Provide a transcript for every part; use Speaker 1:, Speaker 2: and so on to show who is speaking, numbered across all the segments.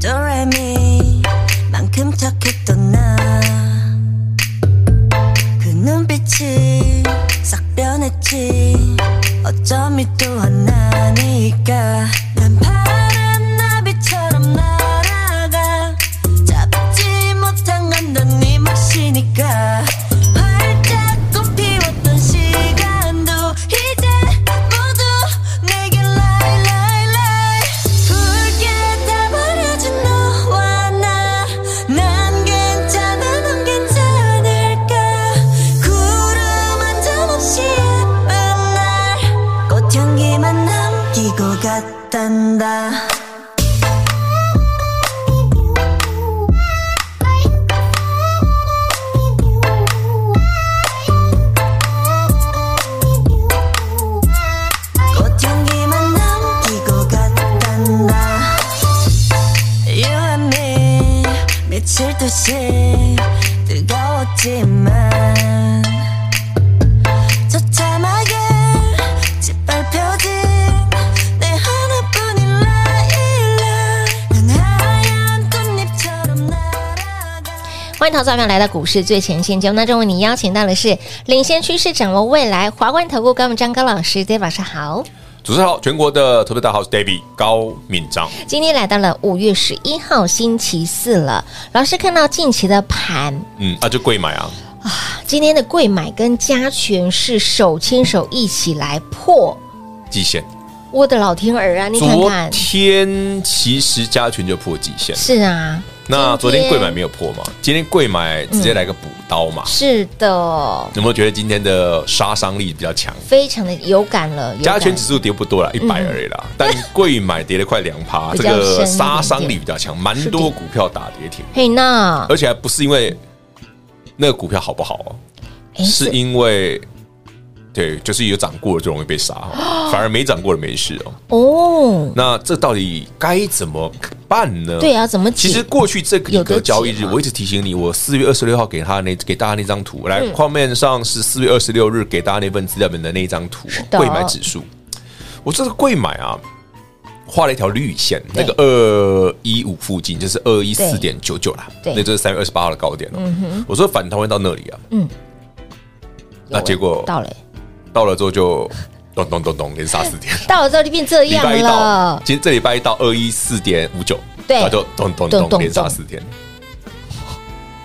Speaker 1: Do Re Mi 만큼 착했던 나그 눈빛이 싹 변했지 어쩜 이또 하나니까 난 파란 나비처럼 날아가 잡지 못한 건넌 네 몫이니까 활짝 꽃 피웠던 시간도 이제 모두 내게 라이 라이 라이 붉게 다 버려진 너와 나 난 괜찮아 넌 괜찮을까 구름 한점 없이 예쁜 날 꽃향기만 남기고 갔단다 꽃향기만 남기고 갔단다 You and me 미칠 듯이 뜨거웠지만 처참하게 짓밟혀진 내 하나뿐인 라일라 난 하얀 꽃잎처럼 날아가
Speaker 2: 欢迎投资者朋友来到股市最前线节目当中，为你邀请到的是领先趋势、掌握未来华冠投顾高敏章高老师，大家晚上好。
Speaker 3: 主持人好，全国的投资大号是 David 高敏章。
Speaker 2: 今天来到了五月十一号星期四了，老师看到近期的盘，
Speaker 3: 嗯，那、就贵买啊，
Speaker 2: 今天的贵买跟加权是手牵手一起来破，
Speaker 3: 季线。
Speaker 2: 我的老天儿啊！你看
Speaker 3: 昨
Speaker 2: 看，
Speaker 3: 天其实加权就破季线，
Speaker 2: 是啊，
Speaker 3: 那昨
Speaker 2: 天
Speaker 3: 天贵买没有破嘛？今天贵买直接来个补刀嘛？
Speaker 2: 是的，
Speaker 3: 有没有觉得今天的杀伤力比较强？
Speaker 2: 非常的有感了。有
Speaker 3: 加
Speaker 2: 感
Speaker 3: 权指数跌不多了，一百而已啦，但贵买跌了快两 趴，
Speaker 2: 比
Speaker 3: 这
Speaker 2: 较深一点
Speaker 3: 个
Speaker 2: 点
Speaker 3: 杀伤力比较强，蛮
Speaker 2: 是的
Speaker 3: 多股票打跌停，
Speaker 2: 嘿那，
Speaker 3: 而且还不是因为那个股票好不好哦，
Speaker 2: 哎
Speaker 3: 是因为对，就是有涨过了就容易被杀哦，反而没涨过的没事哦。
Speaker 2: 哦，
Speaker 3: 那这到底该怎么办呢？
Speaker 2: 对啊，怎么解
Speaker 3: 其实过去这个
Speaker 2: 有
Speaker 3: 一
Speaker 2: 得
Speaker 3: 个交易
Speaker 2: 解啊
Speaker 3: 日，
Speaker 2: 吗
Speaker 3: 我一直提醒你，我四月二十六号给他那给大家那张图，来
Speaker 2: 嗯
Speaker 3: 画面上是四月二十六日给大家那份资料本的那一张图哦，
Speaker 2: 的
Speaker 3: 贵买指数。我这个贵买啊，画了一条绿线，
Speaker 2: 对
Speaker 3: 那个二一五附近就是二一四
Speaker 2: 对
Speaker 3: 点九九啦，
Speaker 2: 对
Speaker 3: 那就是三月二十八号的高点哦。我说反弹会到那里啊，
Speaker 2: 嗯啊
Speaker 3: 那啊结果
Speaker 2: 到了，
Speaker 3: 到了之后就咚咚咚咚连杀四天。
Speaker 2: 到了之后就变这
Speaker 3: 礼
Speaker 2: 样
Speaker 3: 拜一到
Speaker 2: 了，，
Speaker 3: 今这礼拜一到二一四点五九，
Speaker 2: 对
Speaker 3: 然后就咚咚
Speaker 2: 咚咚
Speaker 3: 咚连杀
Speaker 2: 咚
Speaker 3: 四天。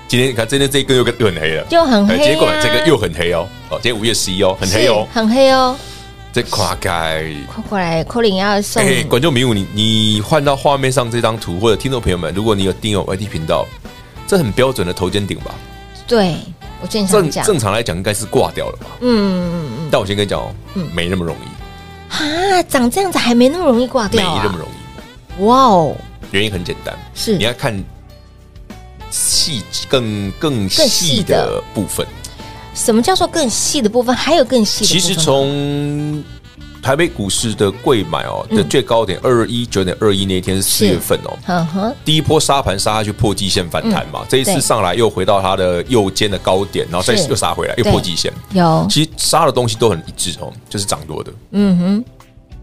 Speaker 3: 今天你看，今天这一根又又很黑了，
Speaker 2: 又很黑啊
Speaker 3: 哎今天过来这个又很黑哦，哦，今天五月十一哦，很黑哦
Speaker 2: 是，很黑哦，
Speaker 3: 这夸盖。
Speaker 2: 快过来，扣零要送
Speaker 3: 哎
Speaker 2: 你，
Speaker 3: 观众迷雾，你你换到画面上这张图，或者听众朋友们，如果你有订阅 YT 频道，这很标准的头肩顶吧？
Speaker 2: 对我正想
Speaker 3: 正
Speaker 2: 讲，
Speaker 3: 正常来讲应该是挂掉了吧？
Speaker 2: 嗯嗯嗯
Speaker 3: 但我先跟你讲哦，没那么容易，
Speaker 2: 嗯，哈，长这样子还没那么容易挂
Speaker 3: 没
Speaker 2: 掉
Speaker 3: 那
Speaker 2: 啊，
Speaker 3: 么容易。
Speaker 2: 哇哦，
Speaker 3: 原因很简单，
Speaker 2: 是
Speaker 3: 你要看细更更
Speaker 2: 更细
Speaker 3: 细的
Speaker 2: 的
Speaker 3: 部分。
Speaker 2: 什么叫做更细的部分？还有更细的部
Speaker 3: 其
Speaker 2: 分
Speaker 3: 实
Speaker 2: 吗，
Speaker 3: 从台北股市的贵买哦的最高点二一九点二一那一天是四月份哦，
Speaker 2: 嗯哼，
Speaker 3: 第一波杀盘杀下去破季线反弹嘛，这一
Speaker 2: 嗯对
Speaker 3: 次上来又回到它的右肩的高点，然后再
Speaker 2: 是
Speaker 3: 又杀回来，又
Speaker 2: 对
Speaker 3: 破季线。
Speaker 2: 有，
Speaker 3: 其实杀的东西都很一致哦，就是涨多的。
Speaker 2: 嗯哼，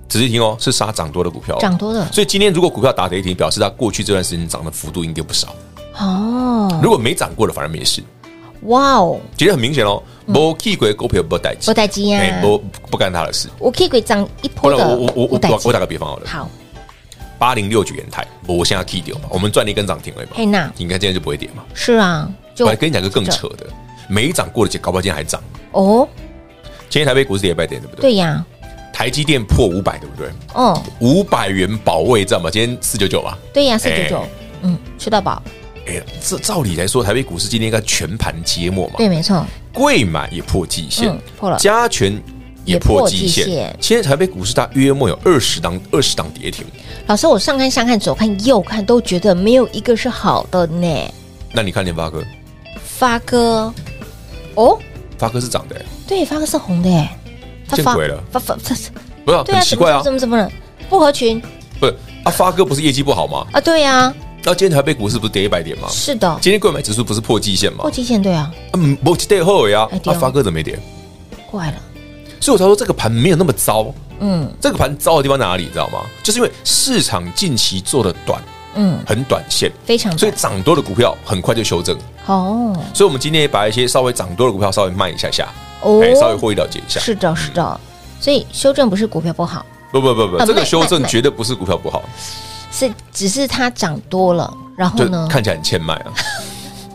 Speaker 3: 仔细听哦，是杀涨多的股票哦、
Speaker 2: 涨多的
Speaker 3: 所以今天如果股票打跌停，表示它过去这段时间涨的幅度应该不少。
Speaker 2: 哦，
Speaker 3: 如果没涨过的，反而没事。
Speaker 2: 哇哦，
Speaker 3: 其实很明显哦，没 K 鬼股票不待
Speaker 2: 不带鸡呀，
Speaker 3: 哎，不不干他的事。
Speaker 2: 我可以给涨一
Speaker 3: 不
Speaker 2: 波
Speaker 3: 然
Speaker 2: 的，
Speaker 3: 我我我我
Speaker 2: 带
Speaker 3: 打
Speaker 2: 鸡
Speaker 3: 我打个比方好了，
Speaker 2: 好，
Speaker 3: 八零六九元台，我我现在 K 掉嘛，我们赚了一根涨停了嘛，
Speaker 2: 嘿那
Speaker 3: 你看今天就不会跌嘛。
Speaker 2: 是啊，就
Speaker 3: 我来跟你讲个更扯的，没涨过的，搞不好今天还涨。
Speaker 2: 哦，
Speaker 3: 今天台北股市跌一百点，对不对？
Speaker 2: 对呀，
Speaker 3: 台积电破五百，对不对？
Speaker 2: 哦，
Speaker 3: 五百元保卫战嘛，今天四九九嘛。
Speaker 2: 对呀，四九九
Speaker 3: 哎，
Speaker 2: 嗯，吃到饱，
Speaker 3: 哎，这照理来说，台北股市今天应该全盘皆末嘛。
Speaker 2: 对，没错，
Speaker 3: 贵买也破季线
Speaker 2: 嗯，破了
Speaker 3: 加权
Speaker 2: 也
Speaker 3: 也
Speaker 2: 破
Speaker 3: 破
Speaker 2: 季
Speaker 3: 季线
Speaker 2: 线。
Speaker 3: 现在台北股市它约莫有二十档二十档跌停，
Speaker 2: 老师，我上看、下看、左看、右看，都觉得没有一个是好的呢。
Speaker 3: 那你看联发哥，
Speaker 2: 发哥，哦，
Speaker 3: 发哥是涨的、欸，
Speaker 2: 对，发哥是红的哎，他
Speaker 3: 见
Speaker 2: 发
Speaker 3: 鬼了
Speaker 2: 发发发，
Speaker 3: 不是啊、
Speaker 2: 对
Speaker 3: 很
Speaker 2: 啊，
Speaker 3: 奇怪啊
Speaker 2: 怎，么怎么怎么了？不合群
Speaker 3: 不是啊，发哥不是业绩不好吗？
Speaker 2: 啊？对啊，
Speaker 3: 那今天台北股市不是跌一百点吗？
Speaker 2: 是的，
Speaker 3: 今天购买指数不是破季线吗
Speaker 2: 过？期限对啊，
Speaker 3: 嗯，不跌后呀
Speaker 2: 哎，对
Speaker 3: 啊
Speaker 2: 哦，
Speaker 3: 发哥怎么没跌？
Speaker 2: 怪了，
Speaker 3: 所以我才说这个盘没有那么糟，
Speaker 2: 嗯
Speaker 3: 这个盘糟的地方哪里，你知道吗？就是因为市场近期做的短，
Speaker 2: 嗯，
Speaker 3: 很短线，
Speaker 2: 非常
Speaker 3: 所以
Speaker 2: 的
Speaker 3: 涨多的股票很快就修正。
Speaker 2: 哦
Speaker 3: 所以我们今天也把一些稍微涨多的股票稍微卖一下下，
Speaker 2: 哦
Speaker 3: 哎，稍微获利了结一下。
Speaker 2: 是的，是的，所以修正不是股票不好，
Speaker 3: 不不不
Speaker 2: 啊
Speaker 3: 不，这
Speaker 2: 卖
Speaker 3: 个修正
Speaker 2: 卖
Speaker 3: 绝对不是股票不好，
Speaker 2: 是只是它涨多了，然后
Speaker 3: 就
Speaker 2: 哦呢，
Speaker 3: 看起来很欠卖啊。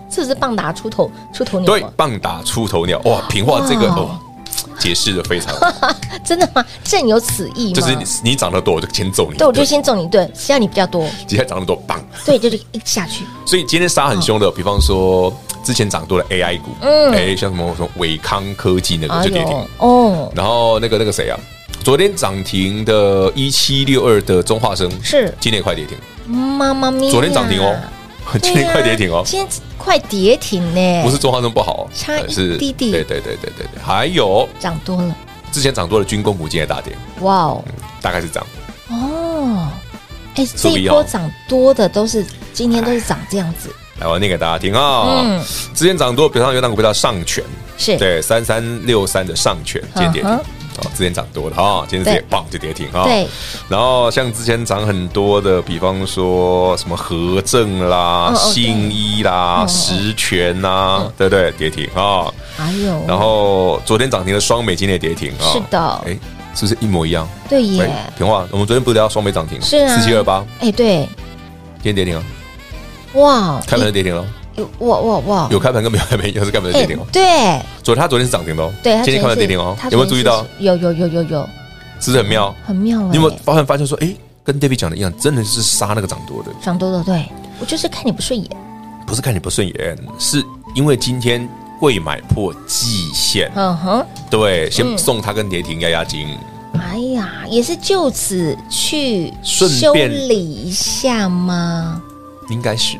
Speaker 2: 是不是棒打出头出头牛
Speaker 3: 对
Speaker 2: 啊？，
Speaker 3: 棒打出头鸟，哇，平话这个
Speaker 2: 哇
Speaker 3: 哦，解释的非常 好，
Speaker 2: 真的吗？正有此意吗？
Speaker 3: 就是你你涨得多，我就先揍你。
Speaker 2: 对，我就先揍你一顿，只要你比较 多，
Speaker 3: 接下来涨得多，棒。
Speaker 2: 对，就是一下去，
Speaker 3: 所以今天杀很凶的，比方说之前涨多的 AI 股，
Speaker 2: 嗯
Speaker 3: 嗯，哎，像什么什么伟康科技那个
Speaker 2: 哎
Speaker 3: 就跌
Speaker 2: 呦
Speaker 3: 停，
Speaker 2: 哦，
Speaker 3: 然后那个那个谁啊，昨天涨停的一七六二的中化生
Speaker 2: 是
Speaker 3: 今天也快跌停，
Speaker 2: 妈妈咪呀，
Speaker 3: 昨天涨停哦，
Speaker 2: 对
Speaker 3: 今
Speaker 2: 呀，
Speaker 3: 天快跌停哦，
Speaker 2: 今天快跌停呢，
Speaker 3: 不是中化生不好，
Speaker 2: 差
Speaker 3: 呃
Speaker 2: 一滴滴
Speaker 3: 对对对对对对，还有
Speaker 2: 涨多了，
Speaker 3: 之前涨多的军工股今天也大跌，
Speaker 2: 哇哦，
Speaker 3: 大概是这样。
Speaker 2: 哦，哎，这
Speaker 3: 所以
Speaker 2: 一波
Speaker 3: 哦
Speaker 2: 涨多的都是今天都是涨这样子，
Speaker 3: 来，我念给大家听啊、
Speaker 2: 嗯
Speaker 3: 之前涨多，比方有档股票叫上权，
Speaker 2: 是，
Speaker 3: 对，三三六三的上权，今天跌停。
Speaker 2: 嗯哼
Speaker 3: 哦，之前涨多的啊、今天直接
Speaker 2: 对
Speaker 3: 棒就跌停啊、
Speaker 2: 对，
Speaker 3: 然后像之前涨很多的，比方说什么和正啦、
Speaker 2: 哦哦
Speaker 3: 信一啦、
Speaker 2: 嗯嗯嗯
Speaker 3: 实权啦，对不对？跌停啊、
Speaker 2: 哎呦，
Speaker 3: 然后昨天涨停的双美，今天也跌停啊、
Speaker 2: 是的
Speaker 3: 哎，是不是一模一样？
Speaker 2: 对耶，
Speaker 3: 哎平话，我们昨天不是聊到双美涨停，
Speaker 2: 是啊
Speaker 3: 四七二八，
Speaker 2: 哎对，
Speaker 3: 今天跌停啊，
Speaker 2: 哇，
Speaker 3: 开盘就跌停了，
Speaker 2: 有哇哇哇，
Speaker 3: 有开盘跟没有开盘一样，是开盘就跌停哦。
Speaker 2: 对
Speaker 3: 昨他昨天是涨停的哦，
Speaker 2: 对，它
Speaker 3: 今天
Speaker 2: 昨
Speaker 3: 看到
Speaker 2: 是
Speaker 3: 跌停哦
Speaker 2: 它，
Speaker 3: 有没有
Speaker 2: 昨天
Speaker 3: 注意到
Speaker 2: 是？有有有有有，
Speaker 3: 是不是很妙？
Speaker 2: 很妙哎，
Speaker 3: 你有没有发现发现说，哎，跟 David 讲的一样，真的是杀那个涨多的，
Speaker 2: 涨多的，对我就是看你不顺眼，
Speaker 3: 不是看你不顺眼，是因为今天贵买破季线，
Speaker 2: 嗯哼，
Speaker 3: 对，先送他跟跌停压压惊，
Speaker 2: 哎呀，也是就此去
Speaker 3: 顺
Speaker 2: 修
Speaker 3: 便
Speaker 2: 理一下吗？
Speaker 3: 应该是。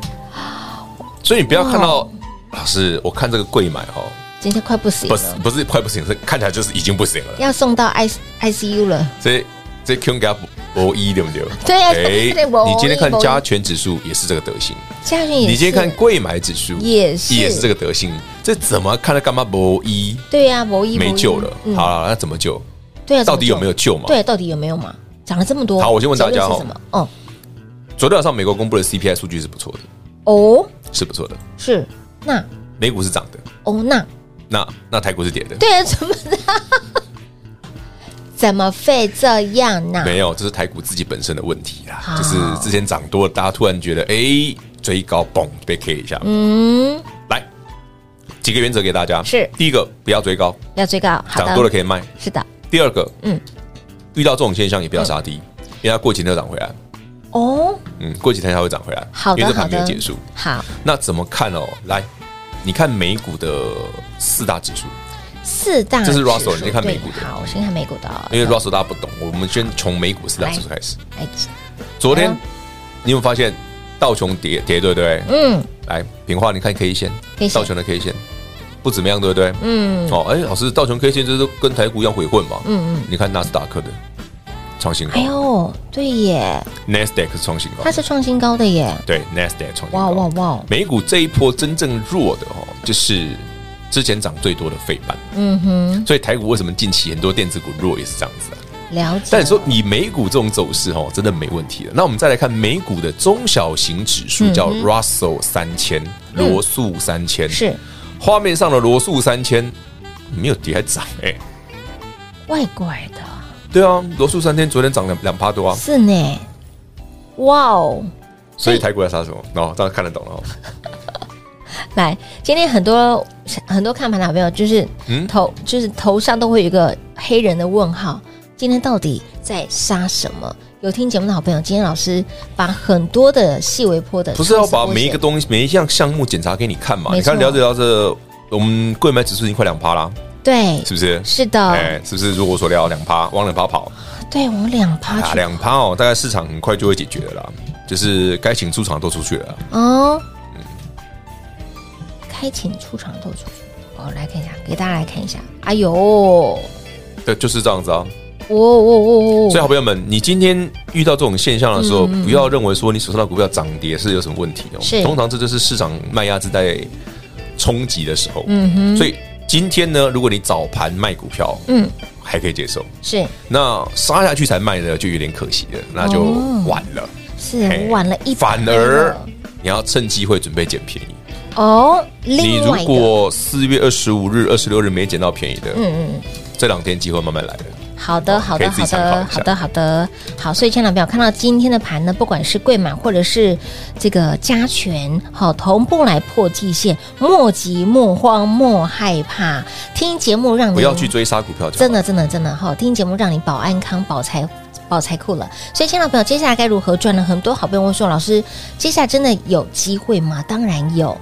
Speaker 3: 所以你不要看到老师，我看这个贵买哦，
Speaker 2: 今天快不行啊
Speaker 3: 不是
Speaker 2: 了，
Speaker 3: 不是快不行，是看起来就是已经不行了，
Speaker 2: 要送到 I I C U 了，
Speaker 3: 这这 Q 给他博一对不对？
Speaker 2: 对啊对对博一
Speaker 3: 你今天看
Speaker 2: 博一
Speaker 3: 加权指数也是这个德行。
Speaker 2: 嘉俊也是，
Speaker 3: 你今天看贵买指数
Speaker 2: 也是
Speaker 3: 也是这个德性，这怎么看它干嘛不一
Speaker 2: 对呀，某一
Speaker 3: 没救了？好，了，那怎么救？
Speaker 2: 对啊，
Speaker 3: 到底
Speaker 2: 嗯怎
Speaker 3: 有
Speaker 2: 么
Speaker 3: 没有救嘛？
Speaker 2: 对，到底有没有嘛？涨了这么多，
Speaker 3: 好我先问大家
Speaker 2: 结论
Speaker 3: 哦
Speaker 2: 是什么？哦
Speaker 3: 昨天晚上美国公布的 CPI 数据是不错的，
Speaker 2: 哦，
Speaker 3: 是不错的，
Speaker 2: 是那
Speaker 3: 美股是涨的，
Speaker 2: 哦那
Speaker 3: 那那台股是跌的，
Speaker 2: 对啊，怎么 怎么会这样呢？
Speaker 3: 没有，这是台股自己本身的问题啦
Speaker 2: 好，
Speaker 3: 就是之前涨多了，大家突然觉得哎追高嘣被 K 一下，
Speaker 2: 嗯，
Speaker 3: 来几个原则给大家，
Speaker 2: 是
Speaker 3: 第一个不要追高，
Speaker 2: 要追高，好
Speaker 3: 涨多了
Speaker 2: 的，
Speaker 3: 可以卖；
Speaker 2: 是的，
Speaker 3: 第二个，
Speaker 2: 嗯
Speaker 3: 嗯，遇到这种现象也不要杀低，因为它过几天就涨回来。
Speaker 2: 哦，
Speaker 3: 嗯，过几天它会涨回来，
Speaker 2: 好的
Speaker 3: 因为这
Speaker 2: 好
Speaker 3: 盘没有
Speaker 2: 的
Speaker 3: 结束。
Speaker 2: 好，
Speaker 3: 那怎么看哦？来，你看美股的四大指数，
Speaker 2: 四大
Speaker 3: 这是
Speaker 2: 指数
Speaker 3: Russell，你先看
Speaker 2: 对
Speaker 3: 美股的哎
Speaker 2: 好，我先看美股的哦，
Speaker 3: 因为 Russell 大家不懂，我们先从美股四大指数开始。
Speaker 2: 哎，
Speaker 3: 昨天
Speaker 2: 嗯
Speaker 3: 你有没有发现道琼跌跌，对不对？
Speaker 2: 嗯
Speaker 3: 来，平话，你看 K 线
Speaker 2: K 线，
Speaker 3: 道琼的 K 线不怎么样，对不对？
Speaker 2: 嗯
Speaker 3: 哦，哎，老师，道琼 K 线就是跟台股一样鬼混嘛。
Speaker 2: 嗯嗯，
Speaker 3: 你看纳斯达克的创新高
Speaker 2: 哎呦，对耶，
Speaker 3: ，Nasdaq 是创新高
Speaker 2: 它，是创新高的耶，
Speaker 3: 对，Nasdaq 创新
Speaker 2: 哇哇
Speaker 3: 高。
Speaker 2: 哇，
Speaker 3: 美股这一波真正弱的哦，就是之前涨最多的费半。
Speaker 2: 嗯哼，
Speaker 3: 所以台股为什么近期很多电子股弱也是这样子啊？
Speaker 2: 了解。
Speaker 3: 但你说以美股这种走势哦，真的没问题的。那我们再来看美股的中小型指数，叫 Russell 三千、罗素三千，
Speaker 2: 是
Speaker 3: 画面上的罗素三千没有跌还涨哎、
Speaker 2: 外拐的，
Speaker 3: 对啊，罗素三千昨天涨两两趴多啊，
Speaker 2: 是呢，哇哦！
Speaker 3: 所以台股要杀什么？哦，这样看得懂了哦。
Speaker 2: 来，今天很多很多看盘的朋友，就是
Speaker 3: 嗯
Speaker 2: 头、就是头上都会有一个黑人的问号，今天到底在杀什么？有听节目的好朋友，今天老师把很多的细微波的
Speaker 3: 不是啊要把
Speaker 2: 超声波
Speaker 3: 每一个
Speaker 2: 线
Speaker 3: 东西、每一项项目检查给你看嘛？
Speaker 2: 没
Speaker 3: 你
Speaker 2: 错
Speaker 3: 看聊着聊着，我们贵买指数已经快两趴啦，
Speaker 2: 对，
Speaker 3: 是不是？
Speaker 2: 是的
Speaker 3: 哎，是不是如我所料，两趴往两趴跑
Speaker 2: 对我两趴
Speaker 3: 啊，
Speaker 2: 去
Speaker 3: 两趴哦，大概市场很快就会解决了啦，就是该请出场都出去了啦，
Speaker 2: 哦，开请出场都出去。哦，来看一下，给大家来看一下。哎呦，哦
Speaker 3: 对，就是这样子啊。
Speaker 2: 哦哦
Speaker 3: 所以，
Speaker 2: 哦，
Speaker 3: 好朋友们，你今天遇到这种现象的时候，不要认为说你手上的股票涨跌是有什么问题哦。
Speaker 2: 嗯是
Speaker 3: 通常这就是市场卖压是在冲击的时候。嗯哼。所以今天呢，如果你早盘卖股票，
Speaker 2: 嗯，
Speaker 3: 还可以接受。
Speaker 2: 是
Speaker 3: 那杀下去才卖呢，就有点可惜了，那就晚了。
Speaker 2: 是
Speaker 3: 嘿
Speaker 2: 晚哦了一拍
Speaker 3: 哎反而
Speaker 2: 了
Speaker 3: 你要趁机会准备捡便宜。
Speaker 2: 哦，
Speaker 3: 你
Speaker 2: 另
Speaker 3: 如
Speaker 2: 外一个，
Speaker 3: 果四月二十五日、二十六日没捡到便宜的，
Speaker 2: 嗯嗯。
Speaker 3: 这两天机会慢慢来了。
Speaker 2: 好的，好的，
Speaker 3: 可以自
Speaker 2: 好
Speaker 3: 己参考一
Speaker 2: 的，
Speaker 3: 下
Speaker 2: 好的，好的，好。所以，亲爱的朋友，看到今天的盘呢，不管是贵买或者是这个加权，好，同步来破季线，莫急莫慌莫害怕，听节目让你
Speaker 3: 不要去追杀股票就好，
Speaker 2: 真的，真的，真的哈、听节目让你保安康、保财、保财库了。所以，亲爱的朋友，接下来该如何赚呢？很多好朋友问说，老师，接下来真的有机会吗？当然有。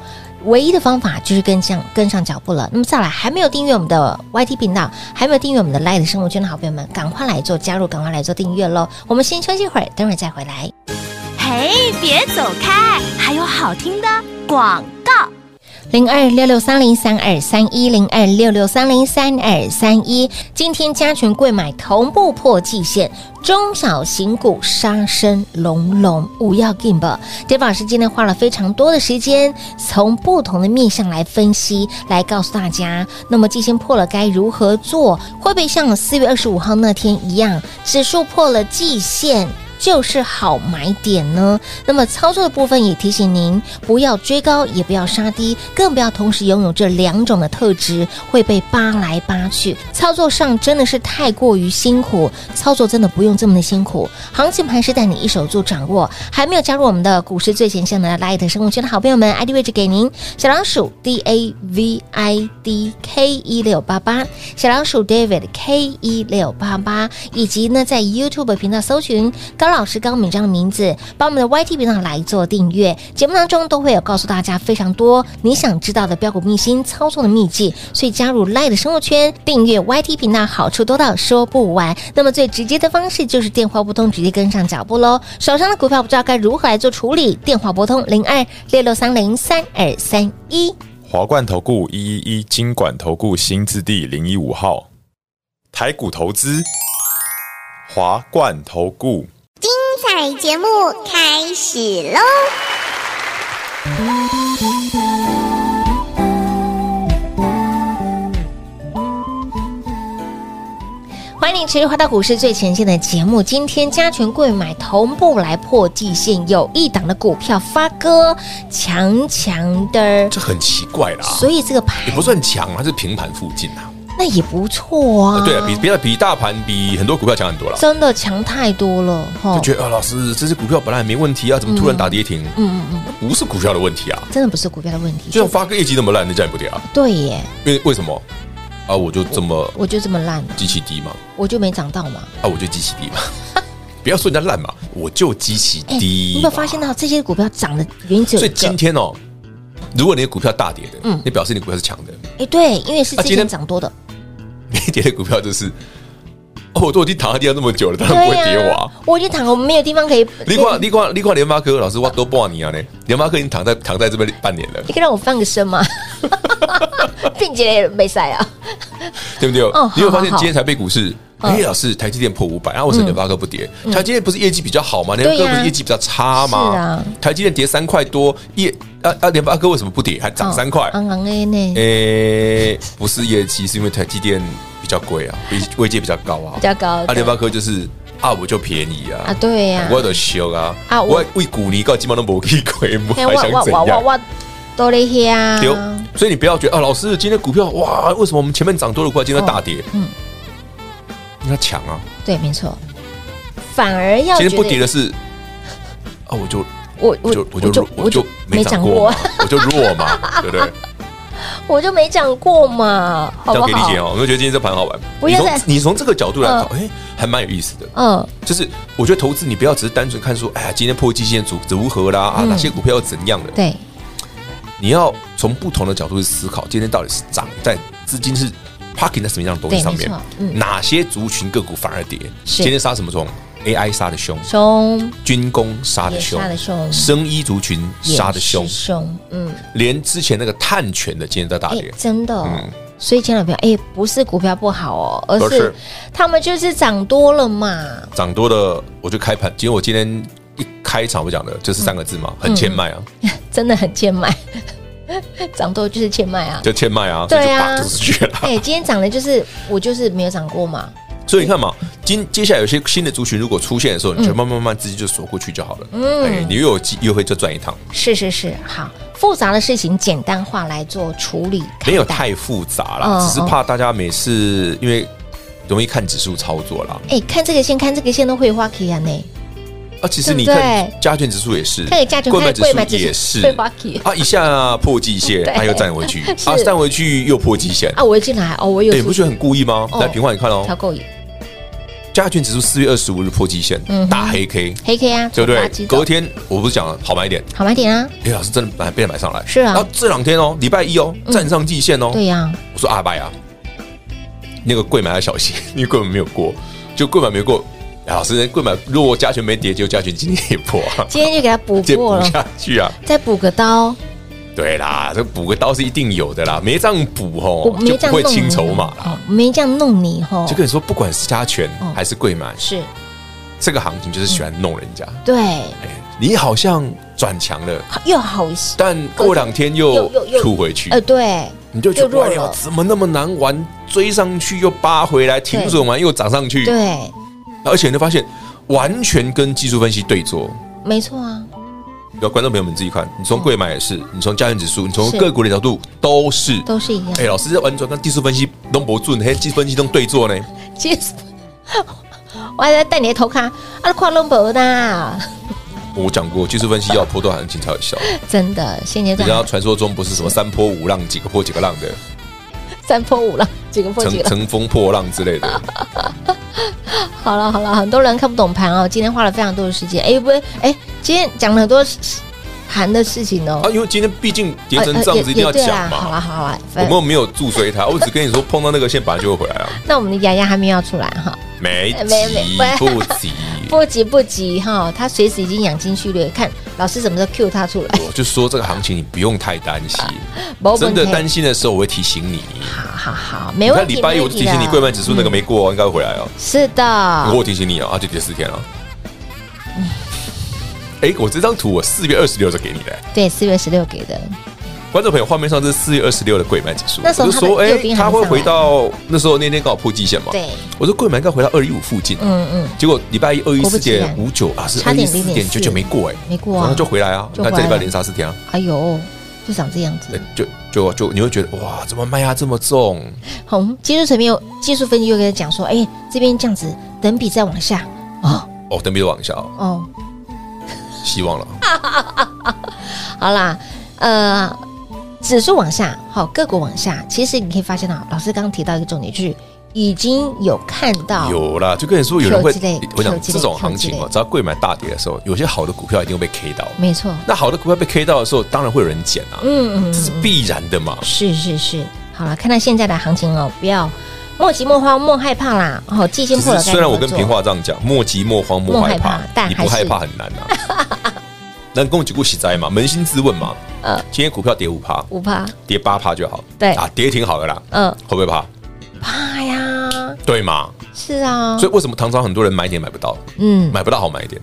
Speaker 2: 唯一的方法就是跟上跟上脚步了。那么再来，还没有订阅我们的 YT 频道，还没有订阅我们的 Light 生活圈的好朋友们，赶快来做加入，赶快来做订阅喽！我们先休息一会儿，等会儿再回来。
Speaker 4: 嘿，别走开，还有好听的广告。
Speaker 2: 零二六六三零三二三一零二六六三零三二三一。今天加权贵买同步破季线，中小型股杀声隆隆，勿要 game 吧。d a v 老师今天花了非常多的时间，从不同的面向来分析，来告诉大家，那么季线破了该如何做？会不会像四月二十五号那天一样，指数破了季线？就是好买点呢。那么操作的部分也提醒您，不要追高，也不要杀低，更不要同时拥有这两种的特质，会被扒来扒去。操作上真的是太过于辛苦，操作真的不用这么的辛苦。行情盘是带你一手做掌握。还没有加入我们的股市最前线的 Light 生活圈的好朋友们，ID 位置给您小老鼠 D A V I D K 一六八八，小老鼠 David K 一六八八，以及呢在 YouTube 频道搜寻高老师高敏章的名字，把我们的 YT 频道来做订阅。节目当中都会有告诉大家非常多你想知道的标股秘辛、操作的秘籍，所以加入 Light 的生活圈，订阅 YT 频道，好处多到说不完。那么最直接的方式就是电话拨通，直接跟上脚步喽。手上的股票不知道该如何来做处理，电话拨通零二六六三零三二三一。
Speaker 5: 华冠投顾一一一金管投顾新字第零一五号，台股投资，华冠投顾。
Speaker 6: 彩节目开始喽！
Speaker 2: 欢迎你持续回到股市最前线的节目。今天加权贵买同步来破季线，有一档的股票发哥强强的，
Speaker 3: 这很奇怪啦。
Speaker 2: 所以这个盘
Speaker 3: 也不算强啊，它是平盘附近啊。
Speaker 2: 那也不错啊。
Speaker 3: 对啊，比比较比大盘比很多股票强很多了。
Speaker 2: 真的强太多了哈
Speaker 3: 就，觉得啊，老师，这只股票本来没问题啊，怎么突然打跌停？嗯嗯嗯，不是股票的问题啊，
Speaker 2: 真的不是股票的问题，
Speaker 3: 就像发个业绩那么烂，你这样也不跌啊？
Speaker 2: 对耶，
Speaker 3: 因为为什么啊？我就这么
Speaker 2: 我就这么烂，
Speaker 3: 机器低嘛，
Speaker 2: 我就没涨到嘛。
Speaker 3: 啊，我就机器低嘛， 不要说人家烂嘛，我就机器
Speaker 2: 哎，你
Speaker 3: 低
Speaker 2: 有没
Speaker 3: 嘛。
Speaker 2: 有发现到这些股票涨的原因只有
Speaker 3: 所
Speaker 2: 一
Speaker 3: 以今
Speaker 2: 个？
Speaker 3: 天哦，如果你的股票大跌的，
Speaker 2: 嗯
Speaker 3: 嗯，你表示你股票是强的，
Speaker 2: 哎，对，因为是
Speaker 3: 啊
Speaker 2: 之前
Speaker 3: 今天
Speaker 2: 涨多的，
Speaker 3: 没跌的股票就是，哦，我都已经躺在地上这么久了，当 然不会跌
Speaker 2: 对
Speaker 3: 我
Speaker 2: 呀
Speaker 3: 啊。，
Speaker 2: 我已经躺，我没有地方可以。
Speaker 3: 你看，你看，你看联发科老师，我多半年啊呢，联发科已经躺在躺在这边半年了，
Speaker 2: 你可以让我翻个身吗？ 并且没塞啊，
Speaker 3: 对不对？
Speaker 2: 哦
Speaker 3: 你有发现
Speaker 2: 好好嗯
Speaker 3: 今天台北股市，哎，老师，台积电破五百，啊，为什么联发科不跌？台积电不是业绩比较好吗？联发
Speaker 2: 对呀
Speaker 3: 科不是业绩比较差
Speaker 2: 是
Speaker 3: 吗
Speaker 2: 啊？
Speaker 3: 台积电跌三块多，业啊啊，联发科为什么不跌，还涨三块
Speaker 2: 哦？昂昂的呢，
Speaker 3: 诶，不是业绩，是因为台积电比较贵啊，比位阶比较高啊
Speaker 2: 比，较高
Speaker 3: 啊，
Speaker 2: 的
Speaker 3: 联发科就是啊，我就便宜啊，
Speaker 2: 啊，对呀，
Speaker 3: 我的修啊，
Speaker 2: 啊我
Speaker 3: 我为股你到基本上都没去过，我
Speaker 2: 嘿
Speaker 3: 还想怎
Speaker 2: 我
Speaker 3: 样？
Speaker 2: 我都在遐
Speaker 3: 丢，所以你不要觉得啊，老师今天股票哇，为什么我们前面涨多了股票，今天大跌？
Speaker 2: 嗯
Speaker 3: 嗯，因为它强啊，
Speaker 2: 对，没错，反而要觉
Speaker 3: 今天不跌
Speaker 2: 得
Speaker 3: 的是啊，我就
Speaker 2: 我
Speaker 3: 我就我就我就没涨过嘛，我就弱 嘛，对不对？
Speaker 2: 我就没涨过嘛，好
Speaker 3: 这
Speaker 2: 不
Speaker 3: 样可以理
Speaker 2: 好
Speaker 3: 解？哦。我就觉得今天这盘好玩，
Speaker 2: 不
Speaker 3: 你
Speaker 2: 要
Speaker 3: 从
Speaker 2: 再
Speaker 3: 你从这个角度来考，哎，还蛮有意思的。
Speaker 2: 嗯，
Speaker 3: 就是我觉得投资你不要只是单纯看说，哎呀，今天破基线组如何啦，啊，
Speaker 2: 嗯
Speaker 3: 哪些股票要怎样的，
Speaker 2: 对，
Speaker 3: 你要从不同的角度去思考，今天到底是涨在资金是 parking 在什么样的东西
Speaker 2: 对
Speaker 3: 上
Speaker 2: 没
Speaker 3: 面
Speaker 2: 错嗯，
Speaker 3: 哪些族群个股反而跌？
Speaker 2: 是
Speaker 3: 今天杀什么重？AI 杀的凶，
Speaker 2: 凶
Speaker 3: 军工杀的
Speaker 2: 也
Speaker 3: 凶
Speaker 2: 杀，的凶，
Speaker 3: 生医族群杀的凶
Speaker 2: 也，是凶，嗯，
Speaker 3: 连之前那个碳权的今天在大
Speaker 2: 哎、
Speaker 3: 跌。
Speaker 2: 真的、哦。
Speaker 3: 嗯
Speaker 2: 所以，千万不要哎，不是股票不好哦，而
Speaker 3: 不是
Speaker 2: 是他们就是涨多了嘛，
Speaker 3: 涨多的，我就开盘。其实我今天一开场我讲的就是三个字
Speaker 2: 嗯
Speaker 3: 嘛，很欠卖啊，
Speaker 2: 真的很欠卖， 涨多就是欠卖啊。
Speaker 3: 就欠卖啊，
Speaker 2: 对
Speaker 3: 这就
Speaker 2: 啊
Speaker 3: 把出去了。
Speaker 2: 哎、今天涨的就是我就是没有涨过嘛，
Speaker 3: 所以你看嘛，今接下来有些新的族群如果出现的时候，你就慢慢慢慢资金就锁过去就好了。
Speaker 2: 嗯
Speaker 3: 哎，你又有机又会就赚一趟，
Speaker 2: 是是是，好，复杂的事情简单化来做处理，
Speaker 3: 没有
Speaker 2: 看待
Speaker 3: 太复杂
Speaker 2: 嗯
Speaker 3: 啦，只是怕大家每次因为容易看指数操作啦。
Speaker 2: 哎、看这个线，看这个线都会花 K 啊呢，
Speaker 3: 啊，其实你
Speaker 2: 对不
Speaker 3: 看
Speaker 2: 对
Speaker 3: 加权指数也是，
Speaker 2: 看个价钱，
Speaker 3: 购买
Speaker 2: 看
Speaker 3: 指数也是
Speaker 2: 会花 K
Speaker 3: 啊，一下破季线，
Speaker 2: 对
Speaker 3: 它又站回去，
Speaker 2: 是
Speaker 3: 啊，站回去又破季线，
Speaker 2: 啊！我一进来哦，我有
Speaker 3: 哎，你不觉得很故意吗？
Speaker 2: 哦
Speaker 3: 来，平话你看哦，
Speaker 2: 调够瘾，
Speaker 3: 加权指数四月二十五日破季线，
Speaker 2: 嗯
Speaker 3: 大黑 K，
Speaker 2: 黑 K 啊，
Speaker 3: 对不
Speaker 2: 从八
Speaker 3: 对？
Speaker 2: 级走
Speaker 3: 隔天我不是讲了好买点，
Speaker 2: 好买点啊，
Speaker 3: 哎，老师真的买被人买上来，
Speaker 2: 是啊嗯
Speaker 3: 然后这两天哦，礼拜一哦，站上季线哦，
Speaker 2: 对呀、
Speaker 3: 我说阿拜啊，那个贵买要小心， 因为贵买没有过，就贵买没过。哎老师，贵买如果加权没跌，就加权今天也破啊，
Speaker 2: 今天就给它 补
Speaker 3: 这
Speaker 2: 过
Speaker 3: 补
Speaker 2: 了，
Speaker 3: 下去啊。
Speaker 2: 再补个刀，
Speaker 3: 对啦，这补个刀是一定有的啦，没这样补
Speaker 2: 我
Speaker 3: 吼，哦就
Speaker 2: 没这
Speaker 3: 不
Speaker 2: 样
Speaker 3: 会
Speaker 2: 弄你
Speaker 3: 轻筹码啦。
Speaker 2: 哦，没这样弄你吼，
Speaker 3: 就跟你说，不管是加权
Speaker 2: 哦
Speaker 3: 还是贵买，
Speaker 2: 是
Speaker 3: 这个行情就是喜欢弄人家。
Speaker 2: 对，
Speaker 3: 哎，你好像转强了，
Speaker 2: 又好，
Speaker 3: 但过两天又
Speaker 2: 又又又
Speaker 3: 吐回去，
Speaker 2: 呃，对，
Speaker 3: 你就觉
Speaker 2: 又
Speaker 3: 得
Speaker 2: 弱
Speaker 3: 哎呦
Speaker 2: 了，
Speaker 3: 怎么那么难玩？追上去又扒回来，停损完又涨上去，
Speaker 2: 对，
Speaker 3: 而且你会发现完全跟技术分析对坐。
Speaker 2: 没错啊，
Speaker 3: 要观众朋友们自己看，你从贵买也是，你从加权指数，你从
Speaker 2: 嗯是
Speaker 3: 个股的角度都是。
Speaker 2: 都是一样。
Speaker 3: 哎，老师在完全跟技术分析都不准，嘿，技术分析都对坐呢。
Speaker 2: 其实我还在带你的头看，啊，跨龙博的啊，
Speaker 3: 我讲过，技术分析要有波段行情才有效。
Speaker 2: 真的，现阶
Speaker 3: 人家
Speaker 2: 段
Speaker 3: 传说中不是什么三波五浪，几个波几个浪的，
Speaker 2: 三破五了，几个破几
Speaker 3: 乘
Speaker 2: 个了。
Speaker 3: 乘风破浪之类 的。
Speaker 2: 好了好了，很多人看不懂盘哦，今天花了非常多的时间。哎，不，哎，今天讲了很多盘的事情哦
Speaker 3: 啊，。因为今天毕竟跌
Speaker 2: 呃
Speaker 3: 成
Speaker 2: 呃
Speaker 3: 这样
Speaker 2: 也
Speaker 3: 子，一定要
Speaker 2: 也对
Speaker 3: 讲
Speaker 2: 啦好啊
Speaker 3: 嘛
Speaker 2: 了。好了，
Speaker 3: 我
Speaker 2: 反
Speaker 3: 们没有注追它，我只跟你说，碰到那个线本来就会回来啊，
Speaker 2: 那我们的丫丫还没有出来哈，
Speaker 3: 没
Speaker 2: 没没
Speaker 3: 急
Speaker 2: 没
Speaker 3: 不急，
Speaker 2: 不急不急哈，他随时已经养精蓄锐，看老师什么时候 Q 他出 来。
Speaker 3: 我就说这个行情你不用太担心，
Speaker 2: 没
Speaker 3: 真
Speaker 2: 问
Speaker 3: 的
Speaker 2: 题
Speaker 3: 担心的时候我会提醒你。
Speaker 2: 好好好，没
Speaker 3: 你
Speaker 2: 问
Speaker 3: 看
Speaker 2: 题。嗯
Speaker 3: 礼拜一我就提醒你，
Speaker 2: 贵
Speaker 3: 贵曼指数那个没过哦，应该会回来哦。
Speaker 2: 是的
Speaker 3: 我，有提醒你哦，啊，就跌四天了。哎，我这张图我四月二十六就给你的，
Speaker 2: 对，四月十六给的，
Speaker 3: 观众朋友，画面上这是四月二十六的贵买指数，
Speaker 2: 那时候
Speaker 3: 我就说，
Speaker 2: 它的
Speaker 3: 哎
Speaker 2: 右边，还
Speaker 3: 它
Speaker 2: 没上
Speaker 3: 会
Speaker 2: 来
Speaker 3: 回到那时候那天刚好破季线嘛，
Speaker 2: 对，
Speaker 3: 我说贵买应该回到二一五附近，啊
Speaker 2: 嗯嗯。
Speaker 3: 结果礼拜一二一
Speaker 2: 果不
Speaker 3: 四
Speaker 2: 其然
Speaker 3: 点五九啊，是
Speaker 2: 差
Speaker 3: 二一
Speaker 2: 点
Speaker 3: 四点九
Speaker 2: 0.4
Speaker 3: 九没过哎，
Speaker 2: 没过啊
Speaker 3: 然后就回来啊，
Speaker 2: 就回来
Speaker 3: 你看这礼拜连杀四天啊，
Speaker 2: 哎呦，就长这样
Speaker 3: 哎
Speaker 2: 子。
Speaker 3: 就就就你会觉得哇，怎么卖啊压这么重？
Speaker 2: 好，技术层面有技术分析又跟他讲说，哎、这边这样子，等比再往下，哦
Speaker 3: 哦，等比都往下哦，
Speaker 2: 哦，
Speaker 3: 希望了，
Speaker 2: 好啦，呃，指数往下，好，个股往下，其实你可以发现到，老师刚刚提到一个重点，就是已经有看到，
Speaker 3: 有啦，就跟你说有人会
Speaker 2: 手啊机类，
Speaker 3: 我
Speaker 2: 手
Speaker 3: 讲
Speaker 2: 机类
Speaker 3: 这种行情
Speaker 2: 手机
Speaker 3: 哦
Speaker 2: 类，
Speaker 3: 只要贵买大跌的时候，有些好的股票一定会被 K 到，
Speaker 2: 没错，
Speaker 3: 那好的股票被 K 到的时候，当然会有人捡啊，
Speaker 2: 嗯嗯
Speaker 3: 这是
Speaker 2: 嗯，
Speaker 3: 必然的嘛。
Speaker 2: 是是是，好了，看到现在的行情哦，不要莫急莫慌莫害怕啦，好、哦，季线
Speaker 3: 只
Speaker 2: 破
Speaker 3: 是
Speaker 2: 了，
Speaker 3: 虽然我跟
Speaker 2: 平
Speaker 3: 平话这样讲，莫急莫慌莫害怕
Speaker 2: 莫害怕，但
Speaker 3: 你不
Speaker 2: 还
Speaker 3: 害
Speaker 2: 是
Speaker 3: 怕很难啊。 那跟我几顾喜哉嘛，扪心自问嘛。
Speaker 2: 嗯
Speaker 3: 今天股票跌五趴，
Speaker 2: 五趴，
Speaker 3: 跌八趴就好。
Speaker 2: 对
Speaker 3: 啊，跌挺好的啦。
Speaker 2: 嗯
Speaker 3: 会不会怕？
Speaker 2: 怕呀，
Speaker 3: 对嘛？
Speaker 2: 是啊，
Speaker 3: 所以为什么常常很多人买点买不到，
Speaker 2: 嗯，
Speaker 3: 买不到好买点？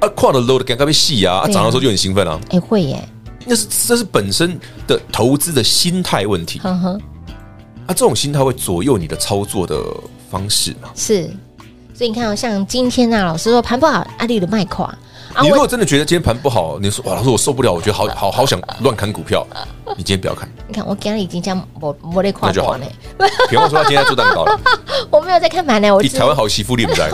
Speaker 3: 啊，跨了 low 的尴尬被细啊，啊
Speaker 2: 对啊
Speaker 3: 涨的时候就很兴奋啊。
Speaker 2: 哎、会耶，
Speaker 3: 那是这是本身的投资的心态问题啊，
Speaker 2: 哼哼。
Speaker 3: 这种心态会左右你的操作的方式嘛。
Speaker 2: 是，所以你看、哦，像今天啊，老师说盘不好，阿里的卖垮啊，
Speaker 3: 你如果
Speaker 2: 我
Speaker 3: 真的觉得今天盘不好，你说哇，老师我受不了，我觉 得好好好想乱砍股票，
Speaker 2: 啊
Speaker 3: 你今天不要砍。
Speaker 2: 你看我今天已经这样我我在跨
Speaker 3: 那就好
Speaker 2: 过呢，
Speaker 3: 别忘说他今天在做蛋糕了，
Speaker 2: 我没有在看盘 呢，我
Speaker 3: 以
Speaker 2: 只
Speaker 3: 台 湾好媳妇力不在。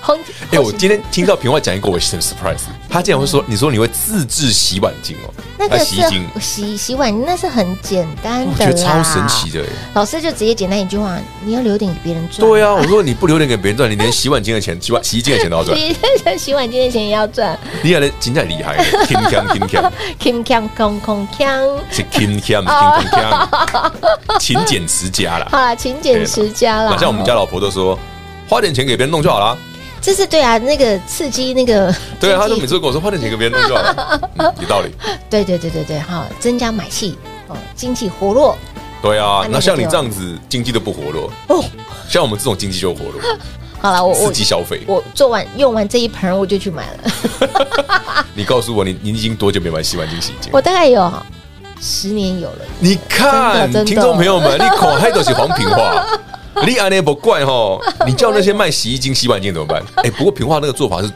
Speaker 2: 红
Speaker 3: 哎哎，我今天听到平话讲一个，我很 surprise，他他竟然会说，你说你会自制洗碗巾哦，
Speaker 2: 那个
Speaker 3: 啊
Speaker 2: 是
Speaker 3: 洗衣巾，
Speaker 2: 洗洗碗，那是很简单
Speaker 3: 我觉
Speaker 2: 的
Speaker 3: 得
Speaker 2: 啦，
Speaker 3: 超神奇的耶。
Speaker 2: 老师就直接简单一句话：你要留点给别人赚。
Speaker 3: 对啊，我说你不留点给别人赚，你连洗碗巾的钱、洗碗洗衣机的钱都 要赚，
Speaker 2: 洗洗碗机的钱也要赚。
Speaker 3: 你还能真的厉害耶，挺强挺强，
Speaker 2: Kim Kang Kong Kong Kang。
Speaker 3: 是挺强挺强强，勤俭持家啦。
Speaker 2: 哦 好啦，勤俭持家啦。
Speaker 3: 那哎像我们家老婆都说，花点钱给别人弄就好啦。
Speaker 2: 这是对啊，那个刺激那个
Speaker 3: 对啊，他
Speaker 2: 经
Speaker 3: 就
Speaker 2: 济
Speaker 3: 每次跟我说花点钱给别人弄就好了， 嗯有道理。
Speaker 2: 对对对对对，哈，增加买气哦，经济活络
Speaker 3: 对啊，
Speaker 2: 那
Speaker 3: 那
Speaker 2: 个
Speaker 3: 像你
Speaker 2: 就
Speaker 3: 这样子，经济都不活络，
Speaker 2: 哦。
Speaker 3: 像我们这种经济就活络，
Speaker 2: 好了，我
Speaker 3: 刺
Speaker 2: 我
Speaker 3: 激消费。
Speaker 2: 我做完用完这一盆，我就去买了。
Speaker 3: 你告诉我，你你已经多久没买洗碗巾、洗衣巾？
Speaker 2: 我大概有十年有了。
Speaker 3: 你看
Speaker 2: 真的真，的
Speaker 3: 听众朋 友们，你口嗨都是黄平话，你安尼不怪 吼，你叫那些卖洗衣精、洗碗精怎么办？哎、不过平话那个做法是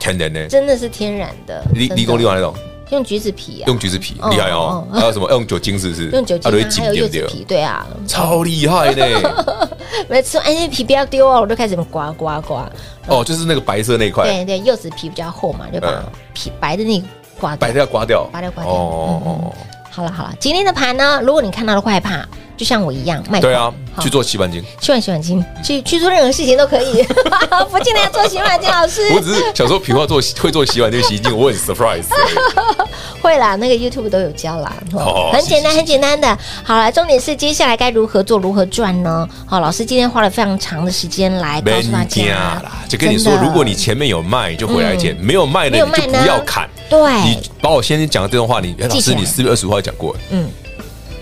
Speaker 3: 天然的，
Speaker 2: 真的是天然的，
Speaker 3: 你
Speaker 2: 真的
Speaker 3: 你讲你玩那种
Speaker 2: 用橘子皮啊，
Speaker 3: 用橘子皮
Speaker 2: 哦
Speaker 3: 厉害哦，
Speaker 2: 哦
Speaker 3: 还有什么用酒精是不是？
Speaker 2: 用酒精、
Speaker 3: 啊就会
Speaker 2: 啊，
Speaker 3: 浸
Speaker 2: 还有
Speaker 3: 对
Speaker 2: 柚
Speaker 3: 不
Speaker 2: 子
Speaker 3: 对？
Speaker 2: 皮，对啊，
Speaker 3: 超厉害 呢！
Speaker 2: 每次哎那皮不要丢啊，我就开始刮刮刮，
Speaker 3: 哦，就是那个白色那一块，
Speaker 2: 对对，柚子皮比较厚嘛，就把
Speaker 3: 嗯
Speaker 2: 皮白的那个刮掉
Speaker 3: 白的。要刮掉，
Speaker 2: 把它刮掉
Speaker 3: 哦哦
Speaker 2: 好了好了，今天的盘呢，如果你看到了会害怕，就像我一样卖盘
Speaker 3: 哦，对啊，
Speaker 2: 哎好
Speaker 3: 去做洗碗精。
Speaker 2: 去玩洗碗巾，去去做任何事情都可以， 不见得要做洗碗巾。老师
Speaker 3: 我只是想说平话做会做洗碗这个洗衣精，我 很 surprise
Speaker 2: 哎
Speaker 3: 而
Speaker 2: 会啦，那个 YouTube 都有教啦，
Speaker 3: 哦
Speaker 2: 很简单，
Speaker 3: 是是是
Speaker 2: 很简单的。好了，重点是接下来该如何做，如何赚呢？好，老师今天花了非常长的时间来
Speaker 3: 已。
Speaker 2: 告诉大
Speaker 3: 惊
Speaker 2: 家
Speaker 3: 啦，就跟你说
Speaker 2: 真，的嗯
Speaker 3: 如果你前面有卖就回来捡，没有卖
Speaker 2: 没
Speaker 3: 的
Speaker 2: 有
Speaker 3: 你就
Speaker 2: 卖
Speaker 3: 不
Speaker 2: 呢
Speaker 3: 要砍。
Speaker 2: 对
Speaker 3: 你，把我先讲的这段话，你哎老
Speaker 2: 记起
Speaker 3: 师，
Speaker 2: 来
Speaker 3: 你四月二十五号也讲过，
Speaker 2: 嗯
Speaker 3: 嗯，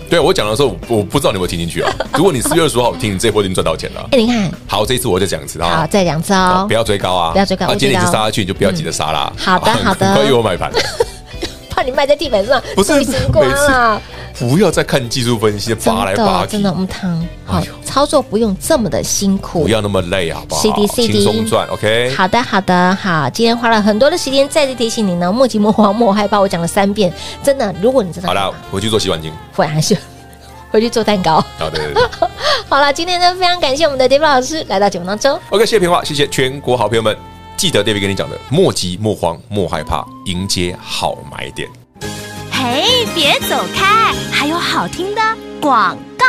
Speaker 3: 对我讲的时候，我我不知道你有没有听进去啊。如果你四月二十五号听，你这波已经赚到钱了。
Speaker 2: 哎，你看，
Speaker 3: 好，这一次我就讲一次
Speaker 2: 好，
Speaker 3: 啊，
Speaker 2: 再两招、
Speaker 3: 好不要追高啊，
Speaker 2: 不要追高
Speaker 3: 啊
Speaker 2: 我知道嗯
Speaker 3: 今天你是杀下去，你就不要急着杀啦。
Speaker 2: 好 的好的
Speaker 3: 很快又有买盘了，
Speaker 2: 怕你卖在地板上，
Speaker 3: 不是
Speaker 2: 注意时光啦。
Speaker 3: 不要再看技术分析，
Speaker 2: 啊真
Speaker 3: 拔来拔
Speaker 2: 的，
Speaker 3: 去
Speaker 2: 真，的，我们汤好、
Speaker 3: 哎呦
Speaker 2: 操作不用这么的辛苦
Speaker 3: 不。要那哎么累好不好？
Speaker 2: CD
Speaker 3: 轻松赚，OK。
Speaker 2: 好的，好的，好，今天花了很多的时间，再次提醒你呢，莫急莫慌莫害怕，我讲了三遍，真的，如果你真的
Speaker 3: 好了，回去做洗碗巾。
Speaker 2: 回还是回去做蛋糕。
Speaker 3: 好 的对对对
Speaker 2: 好了，今天呢，非常感谢我们的 David 老师来到节目当中。
Speaker 3: ，OK，谢谢平话，谢谢全国好朋友们。记得 David 跟你讲的，莫急莫慌莫害怕，迎接好买点。
Speaker 4: 嘿，别走开，还有好听的广告。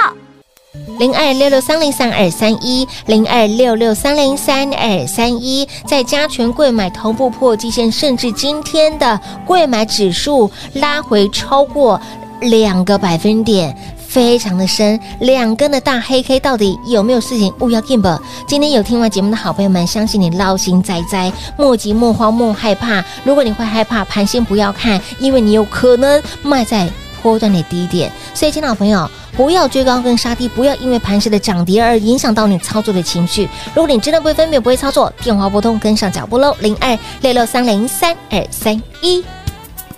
Speaker 2: 零二六六三零三二三一，零二六六三零三二三一，在加权贵买同步破季线，甚至今天的贵买指数拉回超过两个百分点。非常的深，两根的大黑 K 到底有没有事情？勿要 g i m 今天有听完节目的好朋友们，相信你捞心栽栽，莫急莫慌莫害怕。如果你会害怕，盘先不要看，因为你有可能卖在波段的低点。所以，亲爱的朋友，不要追高跟杀低，不要因为盘势的涨跌而影响到你操作的情绪。如果你真的不会分辨、不会操作，电话拨通，跟上脚步喽，零二六六三零三二三一。